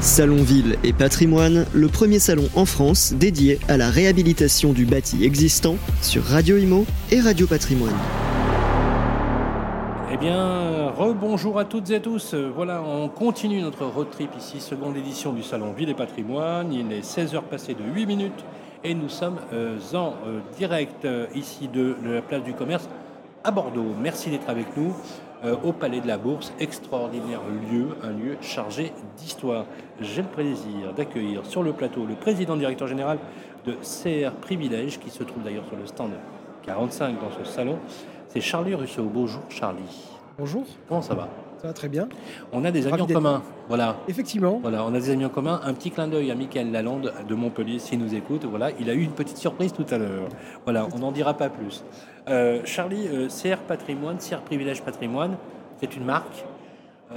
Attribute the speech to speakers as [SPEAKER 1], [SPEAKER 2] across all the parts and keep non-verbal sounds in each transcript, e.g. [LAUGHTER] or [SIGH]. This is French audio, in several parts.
[SPEAKER 1] Salon Ville et Patrimoine, le premier salon en France dédié à la réhabilitation du bâti existant sur Radio Imo et Radio Patrimoine.
[SPEAKER 2] Eh bien, rebonjour à toutes et tous. Voilà, on continue notre road trip ici, seconde édition du Salon Ville et Patrimoine. Il est 16h passées de 8 minutes et nous sommes euh, en euh, direct euh, ici de, de la place du commerce à Bordeaux. Merci d'être avec nous euh, au Palais de la Bourse, extraordinaire lieu, un lieu chargé d'histoire. J'ai le plaisir d'accueillir sur le plateau le président directeur général de CR Privilège, qui se trouve d'ailleurs sur le stand 45 dans ce salon. C'est Charlie Rousseau. Bonjour Charlie.
[SPEAKER 3] Bonjour,
[SPEAKER 2] Comment ça va
[SPEAKER 3] ça va très bien.
[SPEAKER 2] On a des amis
[SPEAKER 3] Ravi
[SPEAKER 2] en
[SPEAKER 3] d'être
[SPEAKER 2] commun. Voilà.
[SPEAKER 3] Effectivement,
[SPEAKER 2] Voilà, on a des amis en commun. Un petit clin d'œil à Michael Lalande de Montpellier, s'il nous écoute. Voilà, il a eu une petite surprise tout à l'heure. Voilà, on n'en dira pas plus. Euh, Charlie, euh, CR Patrimoine, CR Privilège Patrimoine, c'est une marque,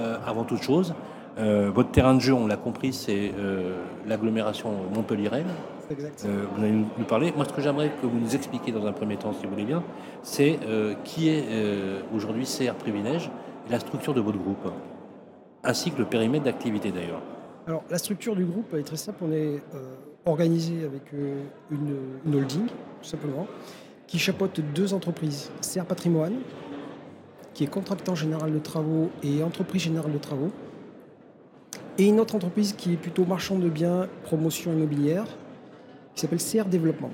[SPEAKER 2] euh, avant toute chose. Euh, votre terrain de jeu, on l'a compris, c'est euh, l'agglomération Montpellier-Rennes.
[SPEAKER 3] c'est exact.
[SPEAKER 2] Euh, vous allez nous parler. Moi, ce que j'aimerais que vous nous expliquiez dans un premier temps, si vous voulez bien, c'est euh, qui est euh, aujourd'hui CR Privilège et la structure de votre groupe, ainsi que le périmètre d'activité d'ailleurs.
[SPEAKER 3] Alors, la structure du groupe est très simple. On est euh, organisé avec euh, une, une holding, tout simplement, qui chapeaute deux entreprises. CR Patrimoine, qui est contractant général de travaux et entreprise générale de travaux. Et une autre entreprise qui est plutôt marchand de biens, promotion immobilière, qui s'appelle CR Développement.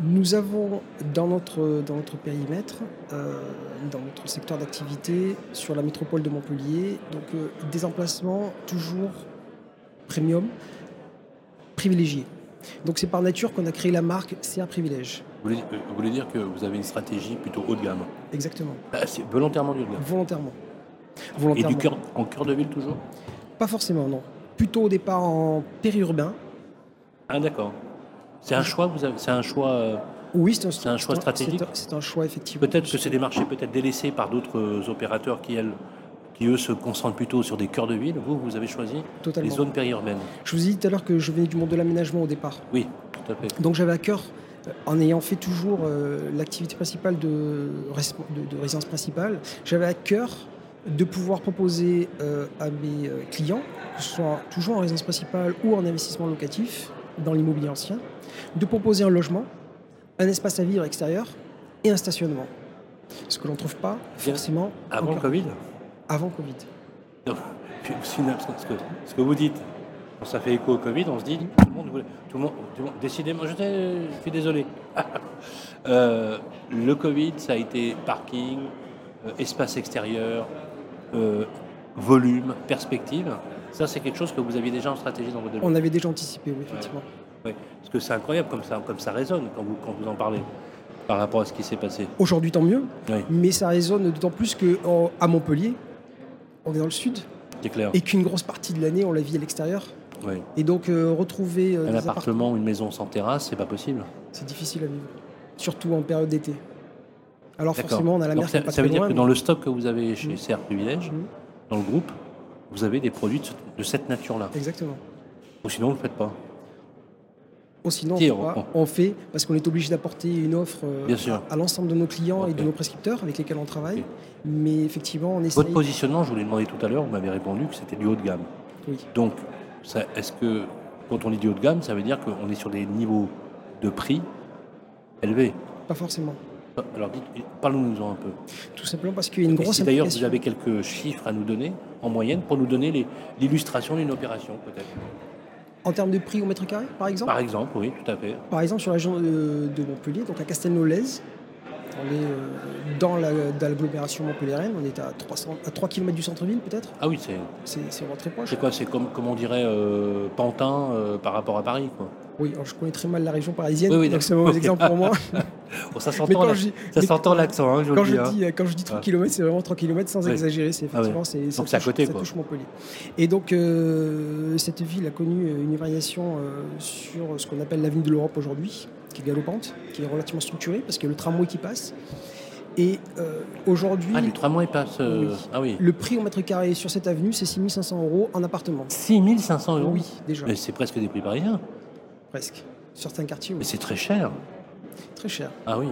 [SPEAKER 3] Nous avons dans notre, dans notre périmètre, euh, dans notre secteur d'activité, sur la métropole de Montpellier, donc euh, des emplacements toujours premium, privilégiés. Donc c'est par nature qu'on a créé la marque CR Privilège.
[SPEAKER 2] Vous voulez, euh, vous voulez dire que vous avez une stratégie plutôt haut de gamme
[SPEAKER 3] Exactement.
[SPEAKER 2] Ah, C'est volontairement du haut de gamme.
[SPEAKER 3] Volontairement.
[SPEAKER 2] Et
[SPEAKER 3] Volontairement.
[SPEAKER 2] du cœur, en cœur de ville toujours
[SPEAKER 3] Pas forcément, non. Plutôt au départ en périurbain.
[SPEAKER 2] Ah d'accord. C'est un choix, vous avez- c'est un choix. euh,
[SPEAKER 3] Oui, c'est un,
[SPEAKER 2] C'est un choix
[SPEAKER 3] c'est
[SPEAKER 2] stratégique.
[SPEAKER 3] c'est un- C'est un, choix, effectivement.
[SPEAKER 2] Peut-être que c'est des marchés peut-être délaissés par d'autres euh, opérateurs qui, elles, qui eux se concentrent plutôt sur des cœurs de ville. Vous, vous avez choisi les
[SPEAKER 3] Totalement.
[SPEAKER 2] zones périurbaines.
[SPEAKER 3] Je vous ai dit tout à l'heure que je venais du monde de l'aménagement au départ.
[SPEAKER 2] Oui, tout à fait.
[SPEAKER 3] Donc j'avais à cœur, euh, en ayant fait toujours euh, l'activité principale de, res- de- de résidence principale, j'avais à cœur de pouvoir proposer euh, à mes euh, clients, que ce soit toujours en résidence principale ou en investissement locatif dans l'immobilier ancien, de proposer un logement, un espace à vivre extérieur et un stationnement. Ce que l'on ne trouve pas forcément
[SPEAKER 2] Avant
[SPEAKER 3] en
[SPEAKER 2] le
[SPEAKER 3] cœur-
[SPEAKER 2] Covid
[SPEAKER 3] avant Covid.
[SPEAKER 2] Non, puis aussi, non, ce, que, ce que vous dites, quand ça fait écho au Covid, on se dit, tout le monde, voulait- tout le monde, tout le monde- décidément, je, sais, je suis désolé. [LAUGHS] Euh, le Covid, ça a été parking, euh, espace extérieur, euh, volume, perspective. Ça, c'est quelque chose que vous aviez déjà en stratégie dans votre
[SPEAKER 3] On avait déjà anticipé, oui, effectivement.
[SPEAKER 2] Ouais, Parce que c'est incroyable comme ça, comme ça résonne quand vous, quand vous en parlez par rapport à ce qui s'est passé.
[SPEAKER 3] Aujourd'hui, tant mieux,
[SPEAKER 2] Oui,
[SPEAKER 3] mais ça résonne d'autant plus qu'à Montpellier, on est dans le sud,
[SPEAKER 2] c'est clair.
[SPEAKER 3] et qu'une grosse partie de l'année, on la vit à l'extérieur.
[SPEAKER 2] Ouais.
[SPEAKER 3] Et donc, euh, retrouver euh,
[SPEAKER 2] Un
[SPEAKER 3] des
[SPEAKER 2] appartement ou une maison sans terrasse, c'est pas possible.
[SPEAKER 3] appartements, c'est difficile à vivre, surtout en période d'été. Alors
[SPEAKER 2] D'accord.
[SPEAKER 3] forcément, on a la
[SPEAKER 2] Donc
[SPEAKER 3] mer qui
[SPEAKER 2] ça,
[SPEAKER 3] est pas
[SPEAKER 2] ça veut
[SPEAKER 3] très
[SPEAKER 2] dire
[SPEAKER 3] loin,
[SPEAKER 2] que dans le stock que vous avez
[SPEAKER 3] Mm.
[SPEAKER 2] chez CR Privilège,
[SPEAKER 3] mais- Mhm,
[SPEAKER 2] dans le groupe, vous avez des produits de, ce- de cette nature-là.
[SPEAKER 3] Exactement.
[SPEAKER 2] Ou sinon, vous ne le faites pas.
[SPEAKER 3] Bon, sinon,
[SPEAKER 2] Si,
[SPEAKER 3] on,
[SPEAKER 2] on
[SPEAKER 3] fait pas,
[SPEAKER 2] reprend.
[SPEAKER 3] on fait parce qu'on est obligé d'apporter une offre euh,
[SPEAKER 2] Bien sûr.
[SPEAKER 3] à, à l'ensemble de nos clients et
[SPEAKER 2] Ok.
[SPEAKER 3] de nos prescripteurs avec lesquels on travaille.
[SPEAKER 2] Ok.
[SPEAKER 3] Mais effectivement, on essaye.
[SPEAKER 2] Votre positionnement, je vous l'ai demandé tout à l'heure, vous m'avez répondu que c'était du haut de gamme.
[SPEAKER 3] Oui.
[SPEAKER 2] Donc, ça- est-ce que quand on dit du haut de gamme, ça veut dire qu'on est sur des niveaux de prix élevés
[SPEAKER 3] Pas forcément.
[SPEAKER 2] Alors, dites- parlons-nous-en un peu.
[SPEAKER 3] Tout simplement parce qu'il y a une
[SPEAKER 2] Et
[SPEAKER 3] grosse.
[SPEAKER 2] si d'ailleurs vous
[SPEAKER 3] implication.
[SPEAKER 2] avez quelques chiffres à nous donner, en moyenne, pour nous donner les- l'illustration d'une opération, peut-être.
[SPEAKER 3] En termes de prix au mètre carré, par exemple
[SPEAKER 2] Par exemple, oui, tout à fait.
[SPEAKER 3] Par exemple, sur la région de, de Montpellier, donc à Castelnau-Lez, on est euh, dans la- dans l'agglomération montpelliéraine, on est à, 300, à 3 km du centre-ville peut-être,
[SPEAKER 2] Ah oui, c'est
[SPEAKER 3] c'est c'est vraiment très proche.
[SPEAKER 2] c'est quoi C'est comme, comme on dirait euh, Pantin euh, par rapport à Paris, quoi.
[SPEAKER 3] Oui, alors je connais très mal la région parisienne,
[SPEAKER 2] Oui, oui,
[SPEAKER 3] donc c'est un mauvais
[SPEAKER 2] ok.
[SPEAKER 3] exemple
[SPEAKER 2] [LAUGHS]
[SPEAKER 3] pour moi.
[SPEAKER 2] Oh, ça
[SPEAKER 3] mais
[SPEAKER 2] s'entend
[SPEAKER 3] quand
[SPEAKER 2] la-
[SPEAKER 3] je, dis-
[SPEAKER 2] ça
[SPEAKER 3] mais
[SPEAKER 2] s'entend l'accent, hein, je vous
[SPEAKER 3] quand
[SPEAKER 2] le
[SPEAKER 3] je
[SPEAKER 2] dis, hein.
[SPEAKER 3] dis, euh, quand je dis 3
[SPEAKER 2] Ouais.
[SPEAKER 3] km, c'est vraiment 3 km sans
[SPEAKER 2] Oui.
[SPEAKER 3] exagérer, c'est
[SPEAKER 2] Ah ouais.
[SPEAKER 3] effectivement, c'est ça
[SPEAKER 2] Donc c'est à
[SPEAKER 3] touche-
[SPEAKER 2] côté,
[SPEAKER 3] ça
[SPEAKER 2] quoi.
[SPEAKER 3] touche Montpellier. Et donc euh, cette ville a connu une variation euh, sur ce qu'on appelle l'avenue de l'Europe aujourd'hui, qui est galopante, qui est relativement structurée parce qu'il y a le tramway qui passe. Et euh, aujourd'hui,
[SPEAKER 2] Ah, du tramway passe. euh,
[SPEAKER 3] Oui.
[SPEAKER 2] Ah oui.
[SPEAKER 3] Le prix au mètre carré sur cette avenue, c'est 6500 euros en appartement.
[SPEAKER 2] 6500 euros
[SPEAKER 3] Oui, déjà,
[SPEAKER 2] Mais c'est presque des prix parisiens.
[SPEAKER 3] presque. Certains quartiers,
[SPEAKER 2] Mais
[SPEAKER 3] oui.
[SPEAKER 2] c'est très cher.
[SPEAKER 3] Très cher.
[SPEAKER 2] Ah oui.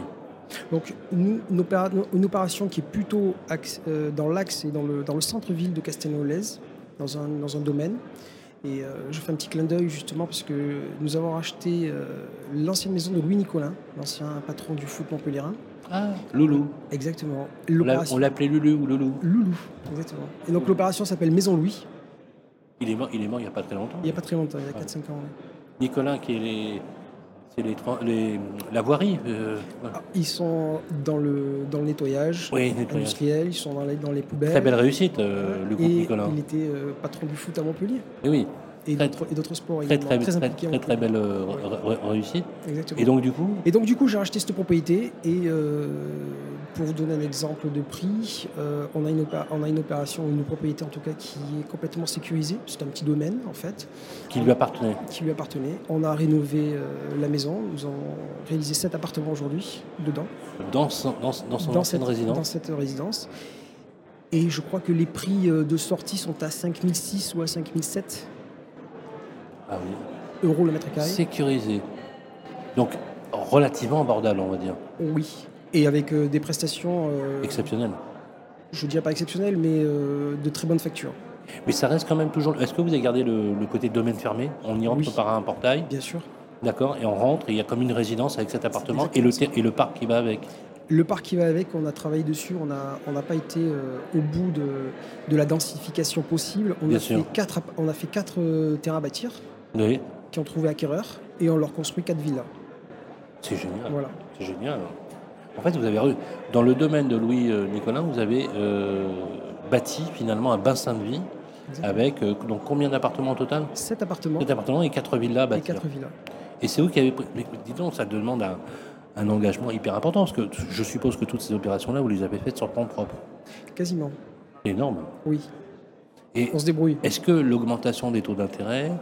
[SPEAKER 3] Donc, nous, une, opéra- une opération qui est plutôt axe- euh, dans l'axe et dans le, dans le centre-ville de Castelnau-Lez, dans un, dans un domaine. Et euh, je fais un petit clin d'œil justement parce que nous avons racheté euh, l'ancienne maison de Louis Nicolin, l'ancien patron du foot montpelliérain.
[SPEAKER 2] Ah, Loulou. On
[SPEAKER 3] Exactement.
[SPEAKER 2] l'a- On
[SPEAKER 3] L'opération.
[SPEAKER 2] l'appelait Lulu ou Loulou.
[SPEAKER 3] Loulou. Exactement. Et donc l'opération s'appelle Maison Louis.
[SPEAKER 2] Il est mort, il est mort il n'y a pas très longtemps.
[SPEAKER 3] Il n'y a pas très longtemps, il y a
[SPEAKER 2] Ouais.
[SPEAKER 3] 4-5 ans. ouais.
[SPEAKER 2] Nicolas qui est les, c'est les, tran- les- la voirie. euh, voilà.
[SPEAKER 3] Ah, ils sont dans le, dans le nettoyage
[SPEAKER 2] oui, nettoyage.
[SPEAKER 3] industriel, ils sont dans les, dans les poubelles.
[SPEAKER 2] Très belle réussite, euh, le groupe
[SPEAKER 3] et
[SPEAKER 2] Nicolas.
[SPEAKER 3] il était euh, patron du foot à Montpellier
[SPEAKER 2] Et oui,
[SPEAKER 3] et
[SPEAKER 2] Très-
[SPEAKER 3] d'autres et d'autres sports
[SPEAKER 2] très
[SPEAKER 3] également,
[SPEAKER 2] très, très, très,
[SPEAKER 3] impliqué à
[SPEAKER 2] très,
[SPEAKER 3] Montpellier.
[SPEAKER 2] belle euh,
[SPEAKER 3] Ouais.
[SPEAKER 2] re- re- réussite.
[SPEAKER 3] Exactement.
[SPEAKER 2] Et donc du coup,
[SPEAKER 3] Et donc du coup, j'ai racheté cette propriété et euh, pour vous donner un exemple de prix, euh, on, a une opé- on a une opération, une propriété en tout cas qui est complètement sécurisée. C'est un petit domaine en fait
[SPEAKER 2] qui lui appartenait.
[SPEAKER 3] qui lui appartenait. On a rénové euh, la maison. Nous avons réalisé sept appartements aujourd'hui dedans
[SPEAKER 2] Dans son, dans, dans son ancienne
[SPEAKER 3] dans
[SPEAKER 2] résidence.
[SPEAKER 3] cette résidence. Et je crois que les prix euh, de sortie sont à 5006 ou à 5007
[SPEAKER 2] Ah oui.
[SPEAKER 3] euros le mètre carré.
[SPEAKER 2] Sécurisé. Donc relativement abordable, on va dire.
[SPEAKER 3] Oui. Et avec euh, des prestations, euh,
[SPEAKER 2] Exceptionnel.
[SPEAKER 3] je ne dirais pas exceptionnelles, mais euh, de très bonne facture.
[SPEAKER 2] Mais ça reste quand même toujours. Est-ce que vous avez gardé le, le côté domaine fermé On y rentre
[SPEAKER 3] Oui.
[SPEAKER 2] par un portail,
[SPEAKER 3] Bien sûr.
[SPEAKER 2] d'accord, et on rentre, et il y a comme une résidence avec cet appartement et le, ter- et le parc qui va avec.
[SPEAKER 3] Le parc qui va avec, on a travaillé dessus, on n'a on n'a pas été euh, au bout de, de la densification possible. On,
[SPEAKER 2] Bien
[SPEAKER 3] a fait
[SPEAKER 2] sûr.
[SPEAKER 3] quatre, app- on a fait quatre euh, terrains à bâtir
[SPEAKER 2] Oui,
[SPEAKER 3] qui ont trouvé acquéreur et on leur construit quatre villas.
[SPEAKER 2] c'est génial.
[SPEAKER 3] Voilà.
[SPEAKER 2] C'est génial. En fait, vous avez re- dans le domaine de Louis euh, Nicolin, vous avez euh, bâti finalement un bassin de vie
[SPEAKER 3] Exactement.
[SPEAKER 2] avec euh, donc combien d'appartements au total
[SPEAKER 3] Sept appartements
[SPEAKER 2] 7 appartements et 4 villas à
[SPEAKER 3] et
[SPEAKER 2] bâtir.
[SPEAKER 3] quatre villas.
[SPEAKER 2] Et c'est vous qui avez pris. Mais dis donc, ça demande un, un engagement hyper important parce que t- je suppose que toutes ces opérations-là, vous les avez faites sur plan propre.
[SPEAKER 3] Quasiment.
[SPEAKER 2] C'est énorme.
[SPEAKER 3] Oui.
[SPEAKER 2] Et
[SPEAKER 3] On se débrouille.
[SPEAKER 2] est-ce que l'augmentation des taux d'intérêt,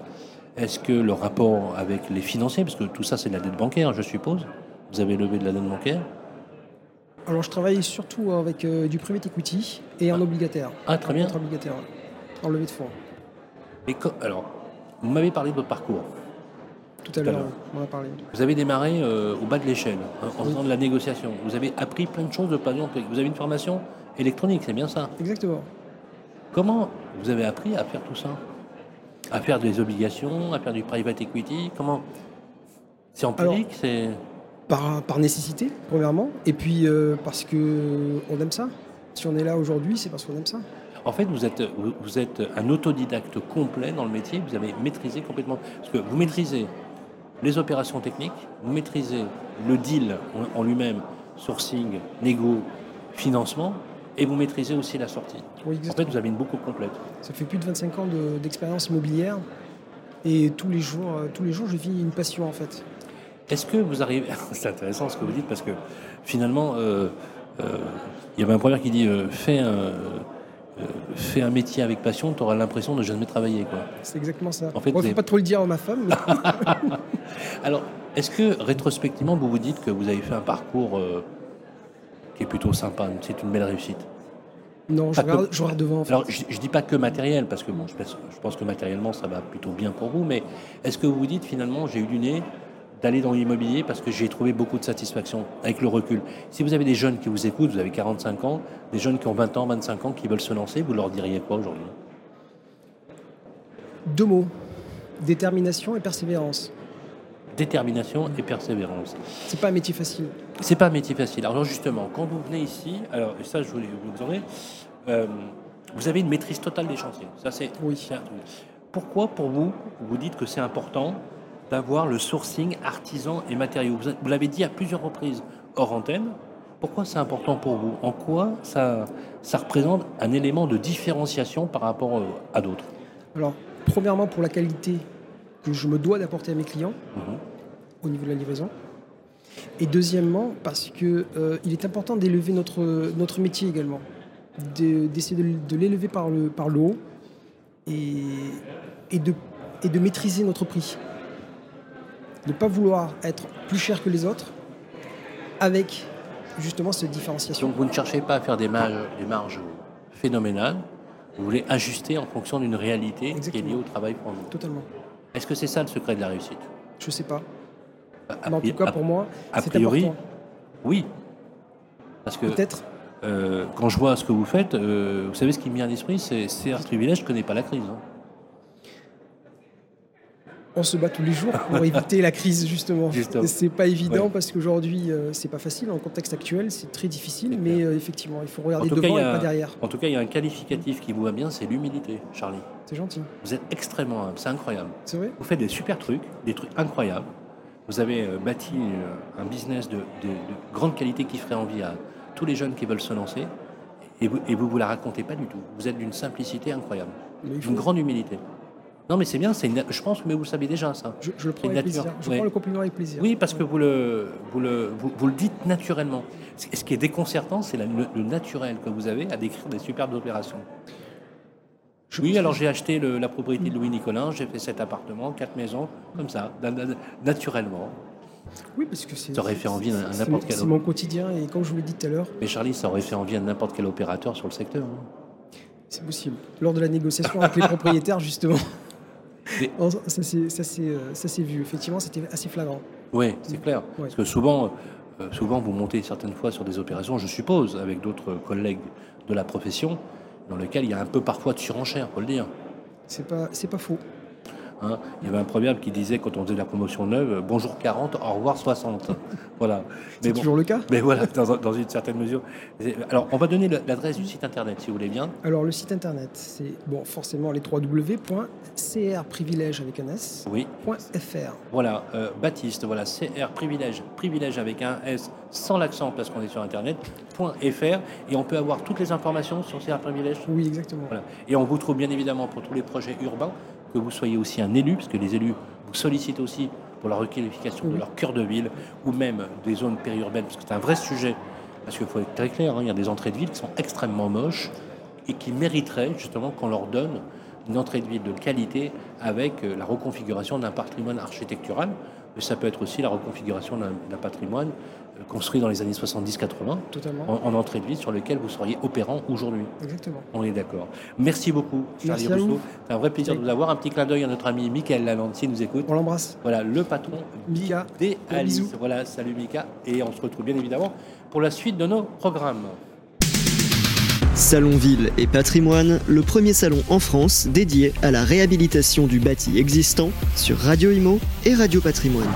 [SPEAKER 2] est-ce que le rapport avec les financiers, parce que tout ça c'est de la dette bancaire, je suppose, vous avez levé de la dette bancaire.
[SPEAKER 3] Alors je travaille surtout avec euh, du private equity et un
[SPEAKER 2] Ah.
[SPEAKER 3] obligataire.
[SPEAKER 2] Ah, très bien.
[SPEAKER 3] Un obligataire. ouais. En levée de fonds.
[SPEAKER 2] Et co- alors, vous m'avez parlé de votre parcours.
[SPEAKER 3] Tout à
[SPEAKER 2] à
[SPEAKER 3] l'heure,
[SPEAKER 2] l'heure.
[SPEAKER 3] on en a parlé.
[SPEAKER 2] Vous avez démarré euh, au bas de l'échelle, hein, en
[SPEAKER 3] Oui.
[SPEAKER 2] faisant de la négociation. Vous avez appris plein de choses de plein de gens. Vous avez une formation électronique, c'est bien ça.
[SPEAKER 3] Exactement.
[SPEAKER 2] Comment vous avez appris à faire tout ça À faire des obligations, à faire du private equity Comment C'est empirique c'est...
[SPEAKER 3] Par, par nécessité, premièrement, et puis euh, parce que on aime ça. Si on est là aujourd'hui, c'est parce qu'on aime ça.
[SPEAKER 2] En fait, vous êtes, vous, vous êtes un autodidacte complet dans le métier. Vous avez maîtrisé complètement. Parce que vous maîtrisez les opérations techniques, vous maîtrisez le deal en, en lui-même, sourcing, négo, financement, et vous maîtrisez aussi la sortie. En
[SPEAKER 3] Oui,
[SPEAKER 2] fait,
[SPEAKER 3] exactement.
[SPEAKER 2] vous avez une boucle complète.
[SPEAKER 3] Ça fait plus de 25 ans de- d'expérience immobilière et tous les jours, euh, tous les jours, je vis une passion en fait.
[SPEAKER 2] Est-ce que vous arrivez [LAUGHS] C'est intéressant ce que vous dites parce que finalement, euh, euh, il y avait un proverbe qui dit euh, fais, un, euh, fais un métier avec passion, tu auras l'impression de jamais travailler. Quoi.
[SPEAKER 3] C'est exactement ça.
[SPEAKER 2] En fait,
[SPEAKER 3] Bon, faut
[SPEAKER 2] c'est-
[SPEAKER 3] pas trop le dire à ma femme.
[SPEAKER 2] [LAUGHS]
[SPEAKER 3] mais-
[SPEAKER 2] Alors, est-ce que rétrospectivement, vous vous dites que vous avez fait un parcours euh, qui est plutôt sympa C'est une belle réussite.
[SPEAKER 3] non, je
[SPEAKER 2] Pas
[SPEAKER 3] regarde,
[SPEAKER 2] comme-
[SPEAKER 3] je regarde devant. en fait.
[SPEAKER 2] Ah, Alors, je, je dis pas que matériel parce que bon, je pense, je pense que matériellement, ça va plutôt bien pour vous. Mais est-ce que vous vous dites finalement, j'ai eu du nez d'aller dans l'immobilier parce que j'ai trouvé beaucoup de satisfaction avec le recul. Si vous avez des jeunes qui vous écoutent, vous avez 45 ans, des jeunes qui ont 20 ans, 25 ans, qui veulent se lancer, vous leur diriez quoi aujourd'hui
[SPEAKER 3] Deux mots détermination et persévérance.
[SPEAKER 2] Détermination et persévérance.
[SPEAKER 3] C'est pas un métier facile.
[SPEAKER 2] C'est pas un métier facile. Alors justement, quand vous venez ici, alors et ça je voulais vous le demander, euh, vous avez une maîtrise totale des chantiers. Ça c'est.
[SPEAKER 3] Oui.
[SPEAKER 2] c'est un truc. Pourquoi pour vous, vous dites que c'est important d'avoir le sourcing artisan et matériaux Vous, a- vous l'avez dit à plusieurs reprises hors antenne. Pourquoi c'est important pour vous En quoi ça, ça représente un élément de différenciation par rapport euh, à d'autres
[SPEAKER 3] Alors, premièrement pour la qualité que je me dois d'apporter à mes clients.
[SPEAKER 2] Mhm.
[SPEAKER 3] au niveau de la livraison. Et deuxièmement, parce que euh, il est important d'élever notre, notre métier également, De- d'essayer de, de l'élever par le, par le haut et, et, de, et de maîtriser notre prix. Ne pas vouloir être plus cher que les autres avec justement cette différenciation.
[SPEAKER 2] Donc vous ne cherchez pas à faire des marges, des marges phénoménales. Vous voulez ajuster en fonction d'une réalité qui est liée
[SPEAKER 3] Exactement.
[SPEAKER 2] au travail pour vous.
[SPEAKER 3] Totalement.
[SPEAKER 2] Est-ce que c'est ça le secret de la réussite
[SPEAKER 3] Je sais pas.
[SPEAKER 2] A-
[SPEAKER 3] Mais en tout cas,
[SPEAKER 2] a-
[SPEAKER 3] pour moi,
[SPEAKER 2] a
[SPEAKER 3] c'est
[SPEAKER 2] priori,
[SPEAKER 3] important.
[SPEAKER 2] Oui. Parce que
[SPEAKER 3] Peut-être.
[SPEAKER 2] euh, quand je vois ce que vous faites, euh, vous savez ce qui me vient à l'esprit, c'est c'est un privilège, je ne connais pas la crise. hein.
[SPEAKER 3] on se bat tous les jours
[SPEAKER 2] [LAUGHS]
[SPEAKER 3] pour éviter la crise justement.
[SPEAKER 2] Justement.
[SPEAKER 3] C'est pas évident
[SPEAKER 2] Ouais.
[SPEAKER 3] parce qu'aujourd'hui euh, c'est pas facile en contexte actuel, c'est très difficile,
[SPEAKER 2] C'est
[SPEAKER 3] mais
[SPEAKER 2] clair.
[SPEAKER 3] euh, effectivement il faut regarder
[SPEAKER 2] tout cas,
[SPEAKER 3] devant
[SPEAKER 2] il
[SPEAKER 3] et
[SPEAKER 2] y a-
[SPEAKER 3] pas derrière.
[SPEAKER 2] En tout cas, il y a un qualificatif qui vous va bien, c'est l'humilité, Charlie.
[SPEAKER 3] C'est gentil,
[SPEAKER 2] Vous êtes extrêmement humble, c'est incroyable.
[SPEAKER 3] c'est vrai.
[SPEAKER 2] Vous faites des super trucs, des trucs incroyables. Vous avez euh, bâti euh, un business de, de- de grande qualité qui ferait envie à tous les jeunes qui veulent se lancer. Et vous et vous, vous la racontez pas du tout. Vous êtes d'une simplicité incroyable,
[SPEAKER 3] Mais il faut-
[SPEAKER 2] d'une grande humilité. Non, mais c'est bien, c'est une- je pense, mais vous le savez déjà ça.
[SPEAKER 3] je, je le prends
[SPEAKER 2] une
[SPEAKER 3] avec
[SPEAKER 2] nature,
[SPEAKER 3] plaisir. Je
[SPEAKER 2] ouais.
[SPEAKER 3] prends le compliment avec plaisir.
[SPEAKER 2] Oui, parce que vous le, vous le, vous, vous le dites naturellement. Ce ce qui est déconcertant, c'est la- le, le naturel que vous avez à décrire des superbes opérations.
[SPEAKER 3] Je pense
[SPEAKER 2] oui,
[SPEAKER 3] que-
[SPEAKER 2] alors j'ai acheté le- la propriété de Louis Nicolin, j'ai fait cet appartement, quatre maisons, comme ça, na- na- naturellement.
[SPEAKER 3] Oui, parce que c'est.
[SPEAKER 2] Ça aurait fait envie à
[SPEAKER 3] c'est-
[SPEAKER 2] n'importe
[SPEAKER 3] mon-
[SPEAKER 2] quel
[SPEAKER 3] C'est
[SPEAKER 2] homme.
[SPEAKER 3] mon quotidien et comme je vous l'ai dit tout à l'heure,
[SPEAKER 2] Mais Charlie, ça aurait fait envie à n'importe quel opérateur sur le secteur. hein.
[SPEAKER 3] c'est possible. Lors de la négociation
[SPEAKER 2] [LAUGHS]
[SPEAKER 3] avec les propriétaires justement.
[SPEAKER 2] Mais-
[SPEAKER 3] on- Ça s'est ça s'est, euh, ça s'est vu, effectivement c'était assez flagrant.
[SPEAKER 2] Oui, c'est clair.
[SPEAKER 3] Ouais.
[SPEAKER 2] Parce que souvent, euh, souvent, vous montez certaines fois sur des opérations, je suppose, avec d'autres collègues de la profession, dans lesquelles il y a un peu parfois de surenchère, faut le dire.
[SPEAKER 3] C'est pas, c'est pas faux.
[SPEAKER 2] Hein, il y avait un proverbe qui disait quand on faisait de la promotion neuve, euh, bonjour 40, au revoir 60. [LAUGHS] voilà.
[SPEAKER 3] C'est
[SPEAKER 2] bon,
[SPEAKER 3] toujours le cas.
[SPEAKER 2] mais voilà, dans, dans une certaine mesure. C'est- Alors, on va donner le- l'adresse du site internet, si vous voulez bien.
[SPEAKER 3] Alors le site internet, c'est bon forcément les 3w.crprivilège avec un S.
[SPEAKER 2] Oui,
[SPEAKER 3] .fr.
[SPEAKER 2] voilà, euh, Baptiste, voilà, CR privilège, privilège avec un S sans l'accent parce qu'on est sur internet, point .fr, et on peut avoir toutes les informations sur CR privilège.
[SPEAKER 3] Oui, exactement.
[SPEAKER 2] Voilà. Et on vous trouve bien évidemment pour tous les projets urbains, que vous soyez aussi un élu, parce que les élus vous sollicitent aussi pour la requalification de
[SPEAKER 3] Oui.
[SPEAKER 2] leur cœur de ville, ou même des zones périurbaines, parce que c'est un vrai sujet. Parce qu'il faut être très clair, hein, il y a des entrées de ville qui sont extrêmement moches et qui mériteraient justement qu'on leur donne une entrée de ville de qualité avec euh, la reconfiguration d'un patrimoine architectural, mais ça peut être aussi la reconfiguration d'un d'un patrimoine euh, construit dans les années 70-80
[SPEAKER 3] Totalement.
[SPEAKER 2] en, en entrée de ville sur lequel vous seriez opérant aujourd'hui.
[SPEAKER 3] Exactement.
[SPEAKER 2] On est d'accord. Merci beaucoup, Charlie
[SPEAKER 3] Merci à
[SPEAKER 2] Rousseau.
[SPEAKER 3] vous.
[SPEAKER 2] C'est un vrai plaisir de vous avoir. Un petit clin d'œil à notre ami Michael Lalande qui nous écoute.
[SPEAKER 3] On l'embrasse.
[SPEAKER 2] Voilà, le patron
[SPEAKER 3] Mika,
[SPEAKER 2] des
[SPEAKER 3] gros
[SPEAKER 2] Alice.
[SPEAKER 3] bisous.
[SPEAKER 2] Voilà, salut Mika. Et on se retrouve bien évidemment pour la suite de nos programmes.
[SPEAKER 1] Salon Ville et Patrimoine, le premier salon en France dédié à la réhabilitation du bâti existant sur Radio Imo et Radio Patrimoine.